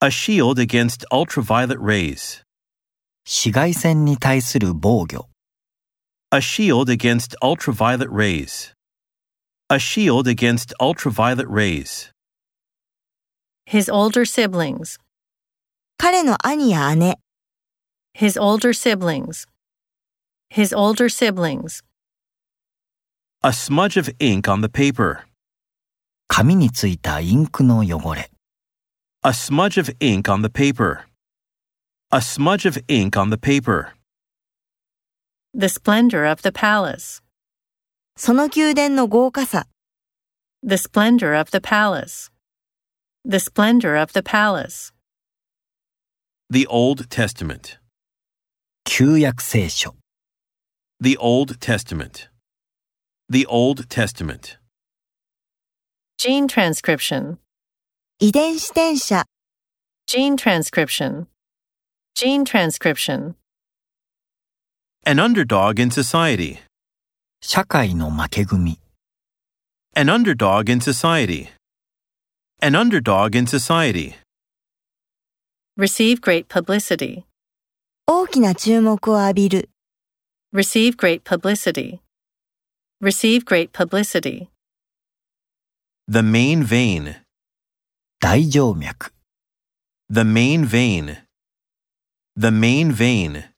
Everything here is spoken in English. A shield against ultraviolet rays. 紫外線に対する防御、 A shield against ultraviolet rays. A shield against ultraviolet rays. His older siblings. 彼の兄や姉、 His older siblings. His older siblings. A smudge of ink on the paper. 紙についたインクの汚れ、 A smudge of ink on the paper. A smudge of ink on the paper. The splendor of the palace. その宮殿の豪華さ、 The splendor of the palace. The splendor of the palace. The Old Testament. 旧約聖書、 The Old Testament. The Old Testament. Gene transcription. 遺伝子転写、 Gene transcription. Gene transcription. An underdog in society. 社会の負け組、 An underdog in society. An underdog in society. Receive great publicity. 大きな注目を浴びる、 Receive great publicity. Receive great publicity. The main vein. 大静脈。 The main vein. The main vein.